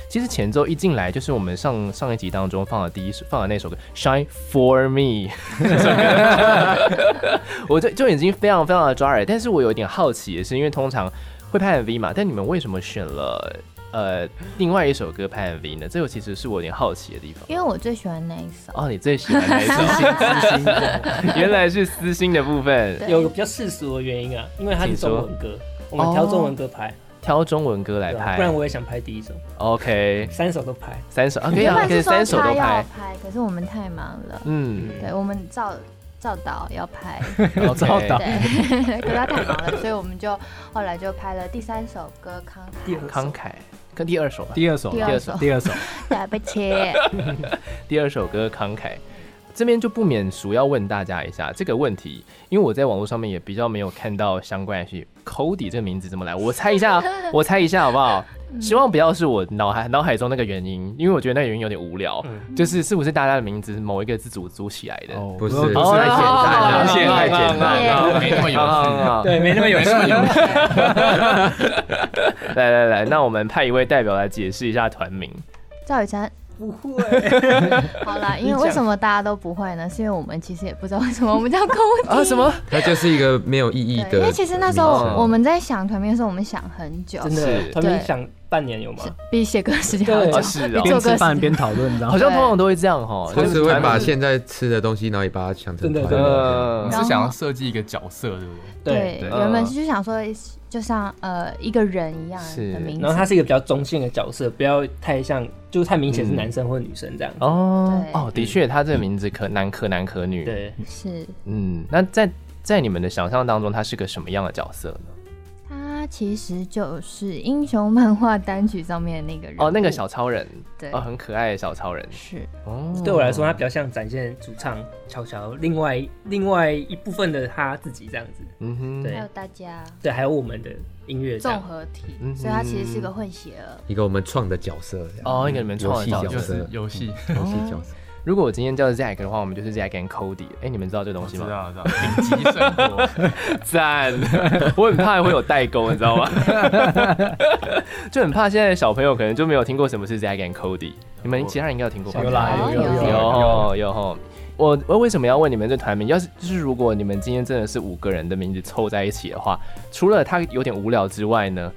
其实前奏一进来就是我们上上一集当中放的第一首放的那首歌《Shine for Me》这首歌，我就就已经非常非常的抓耳，但是我有一点好奇，也是因为通常会拍 MV 嘛，但你们为什么选了？呃，另外一首歌拍 MV 呢，这个其实是我有点好奇的地方。
因为我最喜欢那一首。
哦，你最喜欢哪 一首？ 原来是私心的部分，
对
有个比较世俗的原因啊，因为它是中文歌，我们挑中文歌拍，
挑中文歌来
对吧
哦
啊
拍。
不然我也想拍第一首，
OK，
三首都拍。
三首啊，可以
原
啊，
本
可以
是说
三首
他
都
要
拍。
拍，可是我们太忙了。
嗯，
对，我们照照导要拍，
我
找到
对，可是哎他太忙了，所以我们就后来就拍了第三首歌《慷
第
慨
二首
慷慨，跟第二首吧。
第二首，
第二首
第二首，
对不起，
第二首歌慷慨，这边就不免俗要问大家一下这个问题，因为我在网络上面也比较没有看到相关的去 Cody 这个名字怎么来，我猜一 下，啊我猜一下好不好？
嗯
希望不要是我脑海脑海中那个原因，因为我觉得那个原因有点无聊，
嗯
就是是不是大家的名字某一个字组组起来的？
哦
不是
我
不是太简单了，
哦
太简单了。
耶
没那么有
好好
趣。
好
对，没那么有趣。
来来来，那我们派一位代表来解释一下团名。
赵 雨辰。
不会，
好啦，因为为什么大家都不会呢？是因为我们其实也不知道为什么我们叫 Cody
啊什么？
它就是一个没有意义的。
对，因为其实那时
名
候
称
我们在想团名的时候，我们想很久，
真的，
是
他们
对
想半年有吗？
比写歌时间还要
对
久，
啊是
比
哦
做
边
歌
吃
时
饭
间
边讨论，然
好
后
像通常都会这样哈，
就是会把
团名
现在吃的东西，然后也把它想
真
成
的
团
真的
呃
你是想要设计一个角色，对不对？
对，
对
原本
嗯
就想说，就像呃一个人一样
是
的名字，
然后他是一个比较中性的角色，不要太像，就是太明显是男生或女生这样。
嗯哦
对
哦，的确，他这个名字可男可男可女。，
对，
是
嗯，那在在你们的想象当中，他是个什么样的角色呢？
他其实就是英雄漫画单曲上面的那个人
哦，那个
物
小超人，
对
哦，很可爱的小超人。
是
哦，
对我来说，他比较像展现主唱乔乔另外另外一部分的他自己这样子。
嗯哼，
对
还有大家
对，还有我们的音乐这
综
样。
合体
嗯，
所以他其实是个混血儿。
一个我们创的角色。这样
哦一个你们创的角色
游
就
戏
是
角色，
游戏。
游戏角色。
如果我今天叫 Zack 的话，我们就是 Zack and Cody。哎，你们知道这东
我
西
知
吗？
道，我知道，顶级生活。
赞， 我很怕会有代沟，你知道吗？就很怕现在的小朋友可能就没有听过什么是 Zack and Cody。你们其他人应该有听过吧？
有啦
哦
有
有
有
有
有有吼。我我为什么要问你们这团名？要是就是如果你们今天真的是五个人的名字凑在一起的话，除了它有点无聊之外呢，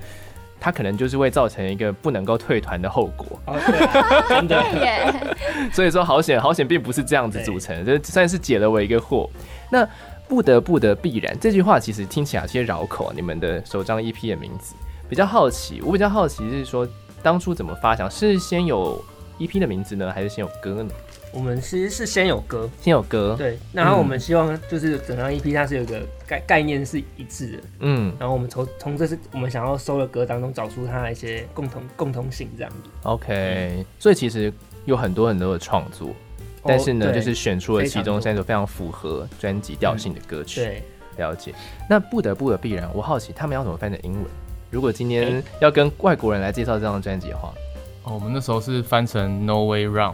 它可能就是会造成一个不能够退团的后果。
哦，对， 真的。
对耶，
所以说好险好险，并不是这样子组成的，这算是解了我一个惑。那不得不的必然这句话其实听起来有些绕口，啊你们的首张 EP 的名字比较好奇，我比较好奇是说当初怎么发想，是先有 EP 的名字呢，还是先有歌呢？
我们其实是先有歌，
先有歌，，
对，然嗯后我们希望就是整张 EP 它是有一个概概念是一致的，
嗯
然后我们从从这次我们想要收的歌当中找出它的一些共同共同性这样子。
，OK，所以其实有很多很多的创作，但是呢，
哦
就
对
是选出了其中
非
三首非常符合专辑调性的歌曲。
对，
了解。那不得不的必然，我好奇他们要怎么翻成英文？如果今天要跟外国人来介绍这张专辑的话
哦，我们那时候是翻成 No Way Round，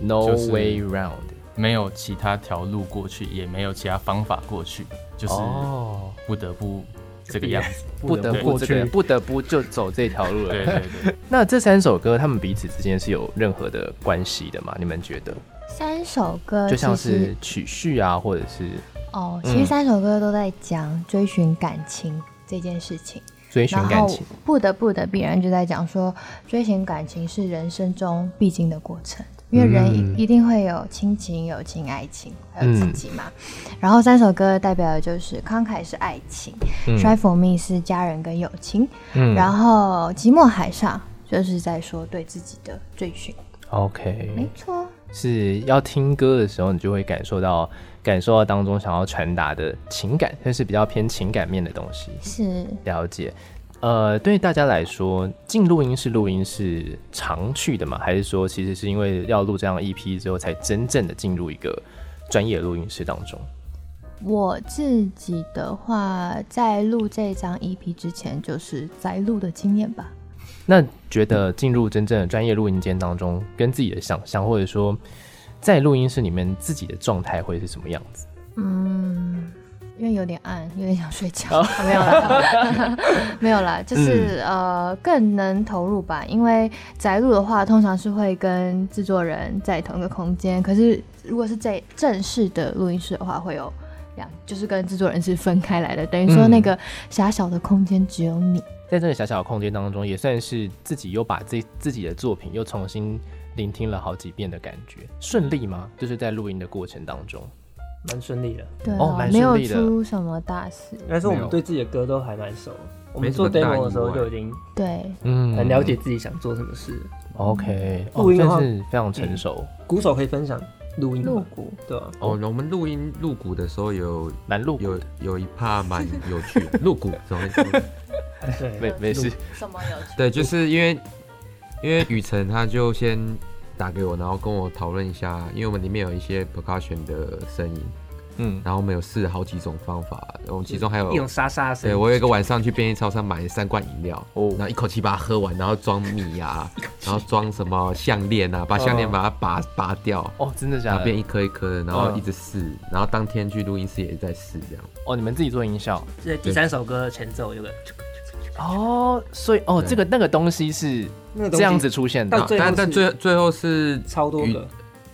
，No
就是
way round，
没有其他条路过去，也没有其他方法过去，就是
哦，
不得不这个样子。
不得不
过
这个
去
不得不就走这条路
对
了。
对对，
那这三首歌，他们彼此之间是有任何的关系的吗？你们觉得？
三首歌
就像
呃其实
是曲序啊，或者是
哦，
嗯
其实三首歌都在讲追寻感情这件事情。
追寻
然
感
后
情，
不得不的必然就在讲说，追寻感情是人生中必经的过程，因为人
嗯
一一定会有亲情、友情、爱情，还有自己嘛。然后三首歌代表的就是慷慨是爱情、
嗯
t r y for me 是家人跟友情，
嗯
然后寂寞海上就是在说对自己的追寻。没
，OK，
错，
是要听歌的时候，你就会感受到感受到当中想要传达的情感，但是比较偏情感面的东西。
是
了解。呃，对于大家来说，进录音室录音是常去的吗？还是说，其实是因为要录这样的 EP 之后，才真正的进入一个专业的录音室当中？
我自己的话，在录这张 EP 之前，就是在录的经验吧。
那觉得进入真正的专业录音间当中，跟自己的想象，或者说在录音室里面自己的状态会是什么样子？
嗯，因为有点暗，有点想睡觉。
哦
没有啦， 没 有啦，就是、
嗯
呃，更能投入吧。因为宅录的话，通常是会跟制作人在同一个空间，可是如果是在正式的录音室的话，会有。两就是跟制作人是分开来的，等于说
嗯
那个狭小的空间只有你。
在这个小小的空间当中，也算是自己又把自自己的作品又重新聆听了好几遍的感觉，顺利吗？就是在录音的过程当中，
蛮顺利的。
对、啊
哦蛮
没有
顺利的
出什么大事。
应该说我们对自己的歌都还蛮熟，我们
没什
做
么大
demo 的时候
意外
就已经
对，
嗯
很了解自己想做什么事。
OK，哦
录音的
真
话嗯
是非常成熟，
鼓手可以分享录音吗
露骨。
对啊，
哦，我们录音录鼓的时候有
蛮露骨
有有一趴蛮有趣的，录 鼓怎么会
对，
没没事，
什么有趣？
对，就是因为因为雨辰他就先打给我，然后跟我讨论一下，因为我们里面有一些 percussion 的声音，
嗯，
然后我们有试了好几种方法，我们其中还有
一种沙沙的声
对
音，
我有一个晚上去便利超商买了三罐饮料，
哦
然后一口气把它喝完，然后装米啊， 然后装什么项链啊，把项
哦
链把它拔拔掉，
哦，真的假
然后变
的？
一颗一颗的，然后一直试，
哦
然后当天去录音室也在试这样。
哦，你们自己做音效
这第三首歌的前奏有个，
哦，所以哦，
对
这个那个东西是
那个东西
这样子出现
到
的，
最后
但但
是
最最后是
超多
雨
个。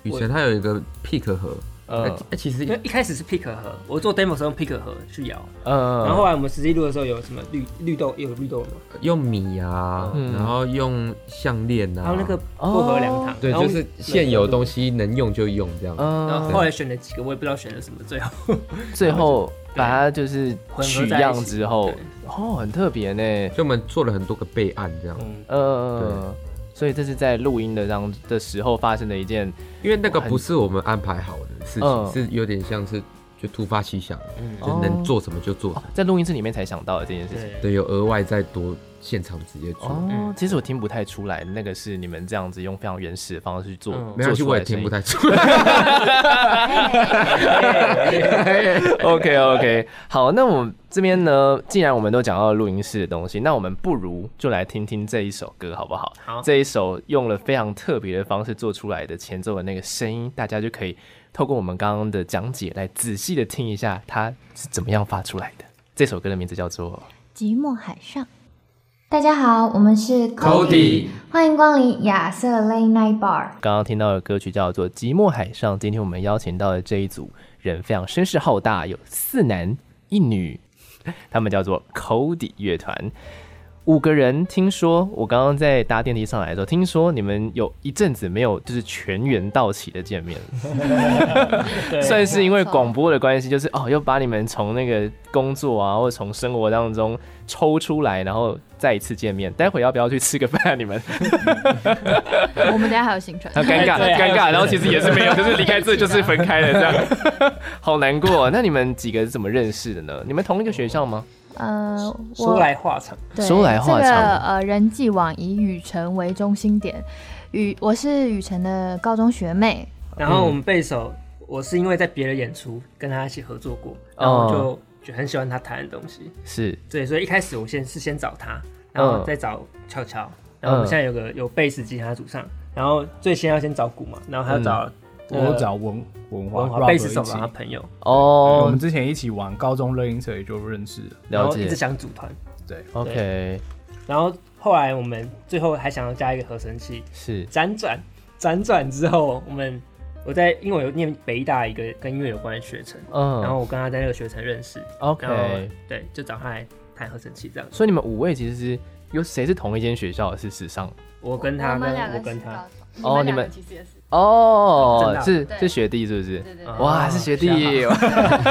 雨辰他有一个 pick 盒，哎
呃
哎其实
因为一开始是 pick 盒，我做 demo 的时候用 pick 盒去摇，
嗯
呃，
然后后来我们实际录的时候有什么绿绿豆，有绿豆嘛，
用米啊，
嗯
然后用项链啊，
还有那个薄荷凉糖，
哦对，
然后呃
就是现有东西能用就用这样。
然后
嗯，
后来选了几个，我也不知道选了什么，最后
最后把它就是
混合
取
在一
样
起
之后
对，
哦，很特别呢，
所以我们做了很多个备案这样，
嗯，
呃，所以这是在录音的当的时候发生的一件，
因为那个不是我们安排好的事
哦嗯
情，是有点像是就突发奇想，
嗯
就能做什么就做什
哦
么，
在录音室里面才想到的这件事情。
对，
对，有额外再多现场直接做。
哦
嗯，
其实我听不太出来，那个是你们这样子用非常原始的方式去做，
嗯
没关系，
做出
我
来
也
的声
听
音
不。太出来。
OK OK，好，那我们这边呢，既然我们都讲到录音室的东西，那我们不如就来听听这一首歌好不好？
好
这一首用了非常特别的方式做出来的前奏的那个声音，大家就可以透过我们刚刚的讲解来仔细的听一下它是怎么样发出来的。这首歌的名字叫做
寂寞海上。大家好，我们是
Cody
欢迎光临亚瑟 Late Night Bar。
刚刚听到的歌曲叫做《寂寞海上》。今天我们邀请到的这一组人非常声势浩大，有四男一女，他们叫做 Cody 乐团。五个人，听说我刚刚在搭电梯上来的时候，听说你们有一阵子没有就是全员到齐的见面，算是因为广播的关系，就是哦，又把你们从那个工作啊，或者从生活当中抽出来，然后再一次见面。待会要不要去吃个饭？你们
我们等一下还有行程。
很尴尬，尴尬。然后其实也是没有，就是离开这就是分开了，这样， 好难过、那你们几个是怎么认识的呢？你们同一个学校吗？
呃，我
说来话长，
对
说来话
这
长
个呃，人际网以雨辰为中心点。雨，我是雨辰的高中学妹，
然后我
嗯
们贝手，我是因为在别的演出跟他一起合作过，然后
哦
就就很喜欢他弹的东西，
是，
对，所以一开始我先是先找他，然
嗯
后再找乔乔，然后我们现在有个有贝斯吉他组上，然后最先要先找鼓嘛，然后还
嗯
要找
我找文文
嗯文
化
华贝斯
rapper
手
一起
然后他。朋友，
我
哦
们，之前一起玩高中乐音社也就认识了，
然
了
后一直
解。
想组团，
对，
OK，
然后后来我们最后还想要加一个合成器，
是，
辗转辗转之后，我们我在因为我有念北大一个跟音乐有关的学程，然后
嗯
我跟他在那个学程认识，然后
，OK。
对，就找他来弹合成器这样。
所以你们五位其实是有谁是同一间学校？是史上
我跟他跟我跟他，
哦你
两个
们
其实也是，
哦
真的，啊
是
对
是学弟是不是？
对对
啊
对，
哇，是学弟，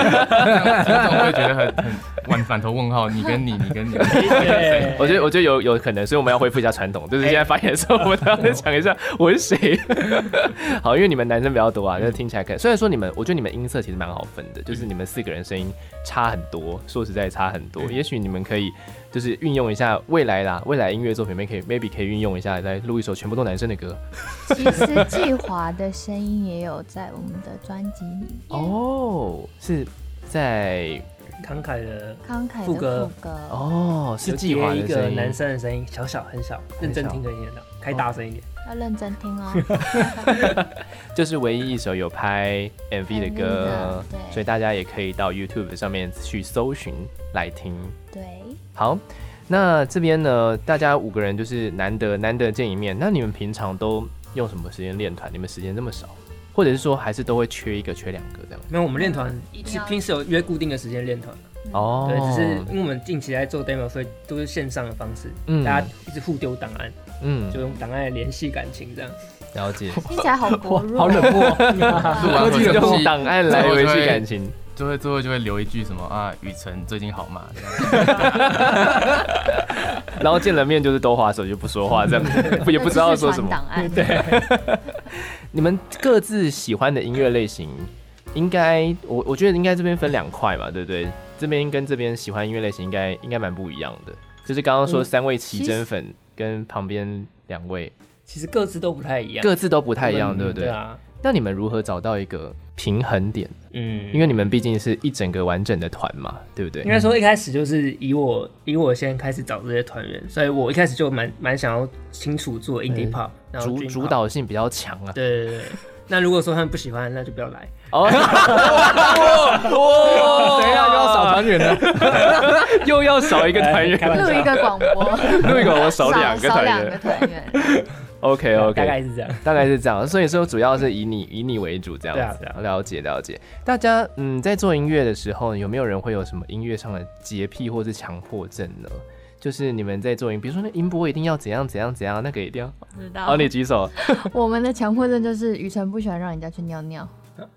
听众会觉得很很满满头问号，你跟你，你跟你，
对
我觉得我觉得有有可能，所以我们要恢复一下传统，
哎
就是现在发言的时候，我们要再讲一下 我是谁。 好，因为你们男生比较多啊，就是听起来可能虽然说你们，我觉得你们音色其实蛮好分的，
嗯
就是你们四个人声音差很多，说实在差很多。
嗯
也许你们可以就是运用一下未来啦，未来音乐作品里面可以 maybe 可以运用一下，来录一首全部都男生的歌。
其实季华的声音也有在我们的专辑里。
哦，是在
慷慨的
慷慨的
副歌
副歌，
哦是
有
计划
接
的
一个
声
男
音。
生的声音，哦小小很小，认真听可以听得到，开大声一点。
要认真听 哦。
就是唯一一首有拍 MV 的
MV 的
歌，
对
所以大家也可以到 YouTube 上面去搜寻来听。
对，
好，那这边呢，大家五个人就是难得难得见一面。那你们平常都用什么时间练团？你们时间这么少，或者是说还是都会缺一个、缺两个这样？
没有，我们练团
一定
是
要
平时有约固定的时间练团，
哦，
对，只是因为我们近期在做 demo，所以都是线上的方式，
嗯
大家一直互丢档案，
嗯，
就用档案来联系感情这样。
了 解，
听起来好薄弱，
好冷 漠哦，
录完
科技冷
用
后
档案来维系感 情。
就会最后就会留一句什么啊，雨辰最近好吗？这 样
然后见了面就是都划手就不说话，这样子 不也不知道说什
那就是传
么。
档案，对，
你们各自喜欢的音乐类型，应该我我觉得应该这边分两块嘛，对不对？这边跟这边喜欢音乐类型应该
嗯
应该蛮不一样的。就是刚刚说三位奇珍粉跟旁边两位
其实各自都不太一样，
各自都不太一样，对不
对
对？
啊，
那你们如何找到一个平衡点？
嗯，
因为你们毕竟是一整个完整的团嘛，对不
应
对？
该说一开始就是以我以我先开始找这些团员，所以我一开始就蛮蛮想要清楚做 indie pop，然后
主
dream
主
pop
导性比较强 啊。
对对对对。那如果说他们不喜欢，那就不要来。
哦，哇，
等一下就要少团员了，
又要少一
哎
个团员，
录一个广播，
录一个我少两个
少
团
两个
员。
团员，
OK
大概
OK，
是 这样。
大概是这样，所以说主要是以你以你为主这样子
对啊。对
了解了解，大家嗯，在做音乐的时候，有没有人会有什么音乐上的洁癖或是强迫症呢？就是你们在做音，比如说那音波一定要怎样怎样怎样，那个一定要。
知
啊
哦，
道。
你举手。
我们的强迫症就是雨辰不喜欢让人家去尿尿，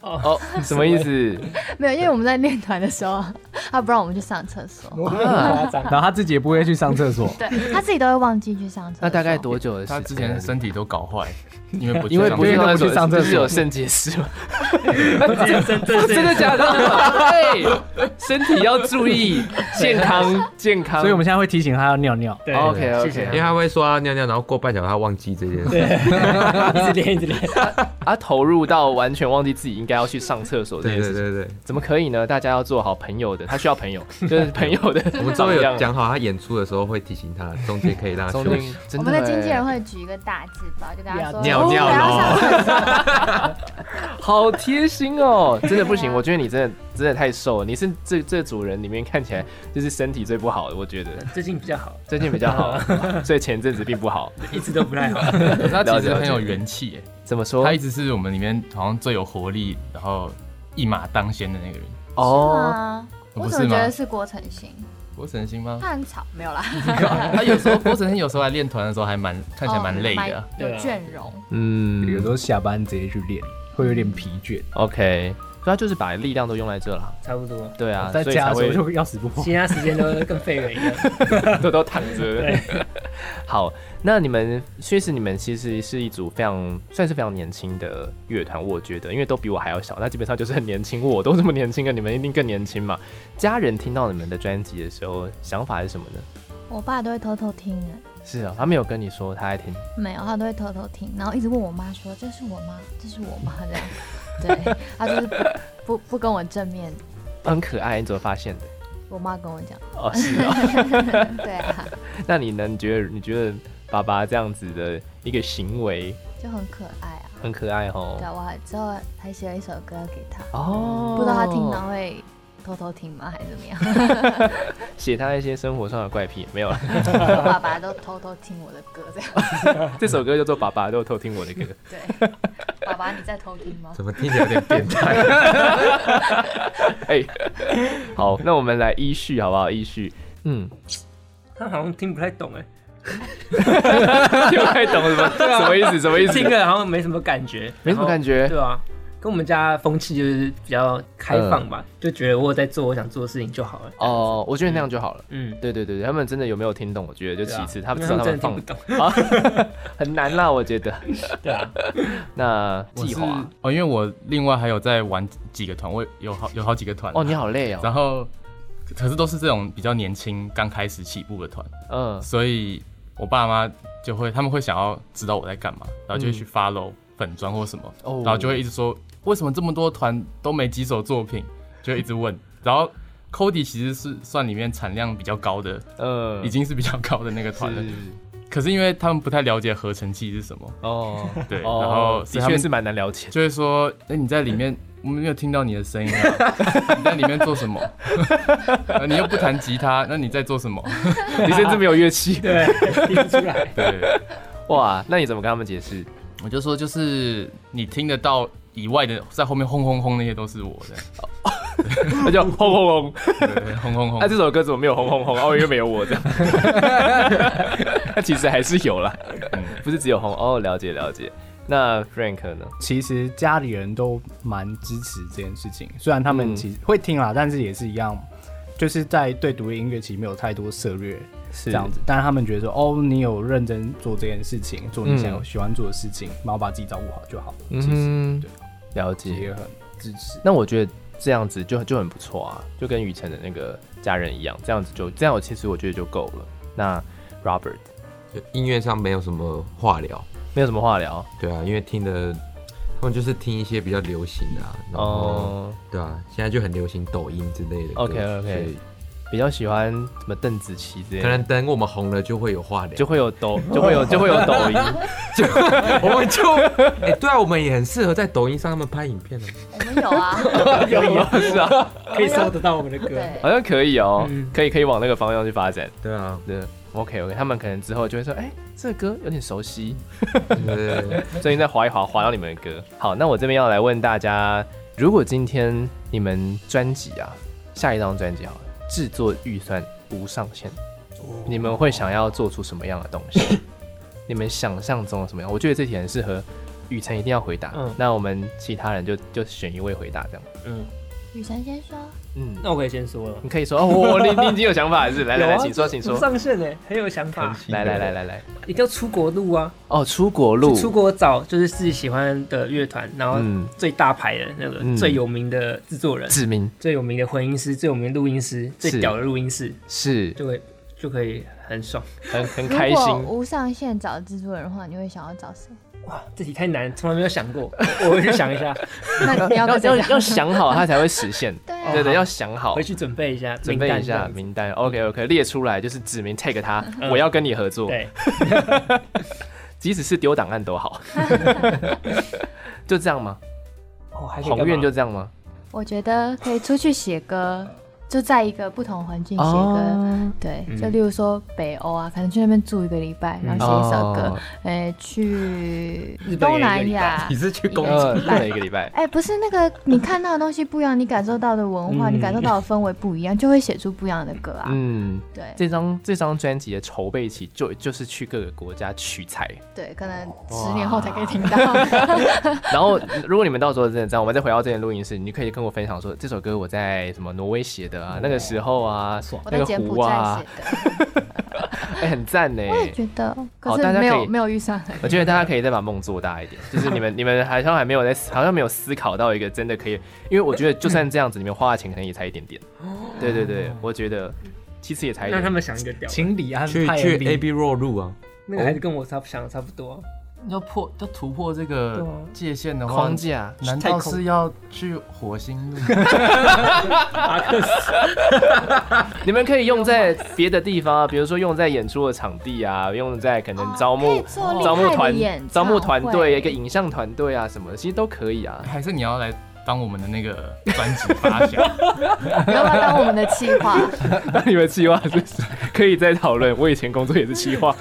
哦， 什么意思？
没有，因为我们在练团的时候， 他不让我们去上厕所，
然后他自己也不会去上厕所，
对他自己都会忘记去上厕所。
那大概多久的时
他
间？
之前身体都搞 坏，因为不
因为不
是
是
都不去上厕所
是有肾结石 吗？
真真 真
真的假的？ 对，身体要注意健康，健康。
所以我们现在会提醒他要尿尿。
对
OK
谢谢
OK，
因为他会说他尿尿，然后过半小时他忘记这件事。
一直练一直练。
他啊投入到完全忘记自己应该要去上厕所这件
对对
事情，
对对，
怎么可以呢？大家要做好朋友的，他需要朋 友，就是朋友的榜样。
我们周围有讲好，他演出的时候会提醒他，中间可以让他
中
休
间
息。
真
我
的
们的经纪人
欸
会举一个大字报，就跟他说
尿尿
不要上厕所
好贴心哦，真的不行，
对啊
我觉得你真的真的太瘦了，你是这这组人里面看起来就是身体最不好的，我觉得
最近比较好，
最近比较好，所以前阵子并不好。
一直都不太好。
他
了
其
解
实
了
很
解
有元气耶，
怎么 说
他一？直是我们里面好像最有活力，然后一马当先的那个人。
哦，
吗？
不
我怎
是
么觉
吗
得是郭晨兴？
郭晨 星吗？
他很吵，没有啦，
他有时候郭晨星有时候来练团的时候还蛮看起来蛮
哦
累的
哦
啊。
有
对啊
倦容。
有
嗯
时候下班直接去练，会有点疲倦。
，OK，所以他就是把力量都用在这了，
差不多，
对啊，
在
所以才
家的时
会
候就要死不活。
其他时间都跟废人一 样。
都都躺着。好，那你们确实，你们其实是一组非常算是非常年轻的乐团，我觉得，因为都比我还要小，那基本上就是很年轻。我都这么年轻了，你们一定更年轻嘛。家人听到你们的专辑的时候，想法是什么呢？
我爸都会偷偷听的，
是啊，他没有跟你说他爱听，
没有，他都会偷偷听，然后一直问我妈说：“这是我妈，这是我妈。”这样， 对他就是不不不跟我正面，
很可爱，你怎么发现的？
我妈跟我讲，
哦，是啊。
对啊，
那你呢？你觉得你觉得爸爸这样子的一个行为
就很可爱啊。
很可爱哦
对。啊，我还之后还写了一首歌给他，
哦，
不知道他听到会偷偷听吗，还是怎么样？
写他一些生活上的怪癖没有了。
我爸爸都偷偷听我的歌，这样
这首歌叫做《爸爸都偷听我的歌》。
对。爸爸，你在偷听吗？
怎么听起来有点变态？
哎， 好，那我们来依序好不好？依序，嗯，
他好像听不太懂哎，
听不太懂什么什么意思？什么意 思？
听了好像没什么感觉，
没什么感觉
然后对啊，跟我们家风气就是比较开放吧，
嗯
就觉得我有在做我想做的事情就好了。
哦，我觉得那样就好了。
嗯，
对对对对，他们真的有没有听懂？我觉得就
对
其
啊
次，他们
因为
知道他
真
们
的听不
放
懂。
啊，很难啦，我觉得。
对啊，
那
我
计
是
划
哦，因为我另外还有在玩几个团，我有好有好几个团啊
哦，你好累哦，
然后可是都是这种比较年轻刚开始起步的团，
嗯，
所以我爸妈就会他们会想要知道我在干嘛，然后就会去 follow 粉砖或什么，
哦
然后就会一直说为什么这么多团都没几首作品，就会一直问。然后 Cody 其实是算里面产量比较高的，
嗯，
已经是比较高的那个团了。
是
可是因为他们不太了解合成器是什么，
哦，
对，
哦
然后所
的
以他
确
们
是蛮难了解 的。
就会说，哎、你在里面，我们没有听到你的声音啊，你在里面做什么？ 呃你又不弹吉他，那你在做什么？
你甚至没有乐器，
对，听不出来。
对，
哇，那你怎么跟他们解释？
我就说就是你听得到以外的，在后面轰轰轰那些都是我的，
那叫轰轰轰。
对轰轰
那、
轰
啊这。首歌怎么没有红红红？哦，因为没有我这样。那其实还是有啦，不是只有红哦。了解了解。那 Frank 呢？
其实家里人都蛮支持这件事情，虽然他们
嗯
其实会听啦，但是也是一样，就是在对独立音乐其实没有太多涉略
是
这样子。但是他们觉得说，哦，你有认真做这件事情，做你想要喜欢做的事情，然后把自己照顾好就好了。其实
嗯
对，
了
其实
解。
也很支持。
那我觉得这样子就就很不错啊，就跟雨辰的那个家人一样，这样子就这样，我其实我觉得就够了。那 Robert
就音乐上没有什么话聊，
没有什么话聊。
对啊，因为听的他们就是听一些比较流行的、啊，然后、
哦，
对啊，现在就很流行抖音之类的歌曲。
OK，OK
所以
比较喜欢什么邓紫棋之类
可
的，
能等我们红了就会有话聊，
就会有抖，就会有就会有抖音。
就 我们就哎、对啊，我们也很适合在抖音上他们拍影片啊。
我们有啊，
有有
是啊，
可以搜得到我们的歌。
对
好，像可以哦、
嗯
可以可以往那个方向去发展。
对啊，
对，OK OK，他们可能之后就会说，哎、这个歌有点熟悉，
对对对
最近在划一划，划到你们的歌。好，那我这边要来问大家，如果今天你们专辑啊，下一张专辑好了，制作预算无上限，
哦
你们会想要做出什么样的东 西？你们想象中的什么样？我觉得这题很适合雨辰一定要回答，
嗯
那我们其他人就就选一位回答这样。
嗯，
雨辰先说，
嗯，
那我可以先说了。
你可以说，哦，我你你已经有想法了是不是？来来
有
来，
啊
请说，请说
无。上线呢，很有想法，
来来来来来，
一定要出国录啊，
哦，出国路，
去出国找就是自己喜欢的乐团，然后
嗯
最大牌的那
嗯
个最有名的制作人、
指名
最有名的混音师、最有名的录音师、最屌的录音师，
是
就会就可以很爽。
很很
如
开
果
心。
无上限找制作人的话，你会想要找谁？
哇，这题太难，从来没有想过，我回去想一下，
那你
要
要跟
要
谁
要
讲？
想好，它才会实现。
对
对
啊，
对，要想 好
回，去准备一下，
准备一
名单
下
这样子
名单。OK OK，列出来就是指名 take 他，
嗯
我要跟你合作，
对，
即使是丢档案都 好。就这样吗？
哦，还可以干嘛
宏愿就这样吗？
我觉得可以出去写歌，就在一个不同环境写歌。
哦，
对，
嗯
就例如说北欧啊，可能去那边住一个礼拜，然后写一首歌
哦。
哎，去
日本也
东
一个礼拜
南亚
你，是去
一个
公
呃，
礼
过了
拜
一。个礼 拜，
哎，不是那个，你看到的东西不一样，你感受到的文化，
嗯
你感受到的氛围不一样，就会写出不一样的歌啊。
嗯，
对
这张这张专辑的筹备期就就是去各个国家取材，
对，可能十年后才可以听到。
然后， 如果你们到时候真的这样，我们再回到这前录音室，你可以跟我分享说这首歌我在什么挪威写的啊，
哦
那个时候啊，
我
那
在
个
柬
湖
埔寨
啊
写， 的。
哎、很赞呢。
我也觉得，可
好大
是
家
没
可以
有没有遇上。
我觉得大家可以再把梦做大一点，就是 你们你们好像还没有在思，好像没有思考到一个真的可以，因为我觉得就算这样子，你们花的钱可能也才一点点。
哦
对对对，我觉得其实也才一
让他
点。
们想一个屌的，
请李安
去
派
去 A
MV
B Road 路啊？
那个还是跟我差不想的差不多，
要破要突破这个
对啊
界限的话
框，架，
难
太
道
空
是要去火星路？
马克思
你们可以用在别的地方啊，比如说用在演出的场地啊，用在可能招募、
哦可以做厉
招募
害的演
团、招募
唱
团队、
会
一个影像团队啊什么的，其实都可以啊。
还是你要来当我们的那个专辑发想？
你要不要当我们的企划？
那你们企划是可以再讨论。我以前工作也是企划。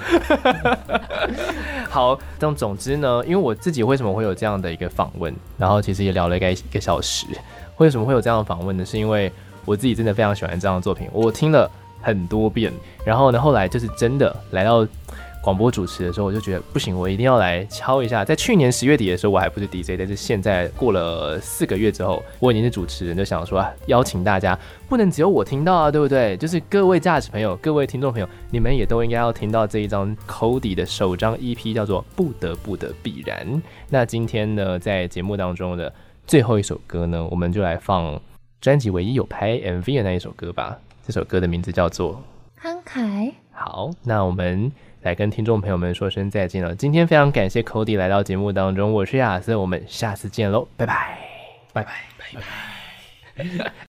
好，但总之呢，因为我自己为什么会有这样的一个访问，然后其实也聊了一个一个小时。为什么会有这样的访问呢？是因为我自己真的非常喜欢这样的作品，我听了很多遍。然后呢，后来就是真的来到广播主持的时候，我就觉得不行，我一定要来敲一下。在去年十月底的时候，我还不是 DJ，但是现在过了四个月之后，我已经是主持人，就想说、啊、邀请大家，不能只有我听到啊，对不对？就是各位价值朋友、各位听众朋友，你们也都应该要听到这一张 Cody 的首张 EP，叫做《不得不的必然》。那今天呢，在节目当中的最后一首歌呢，我们就来放专辑唯一有拍 MV 的那一首歌吧。这首歌的名字叫做
慷慨，
好，那我们来跟听众朋友们说声再见了。今天非常感谢 Cody 来到节目当中，我是亚瑟，我们下次见喽，拜拜。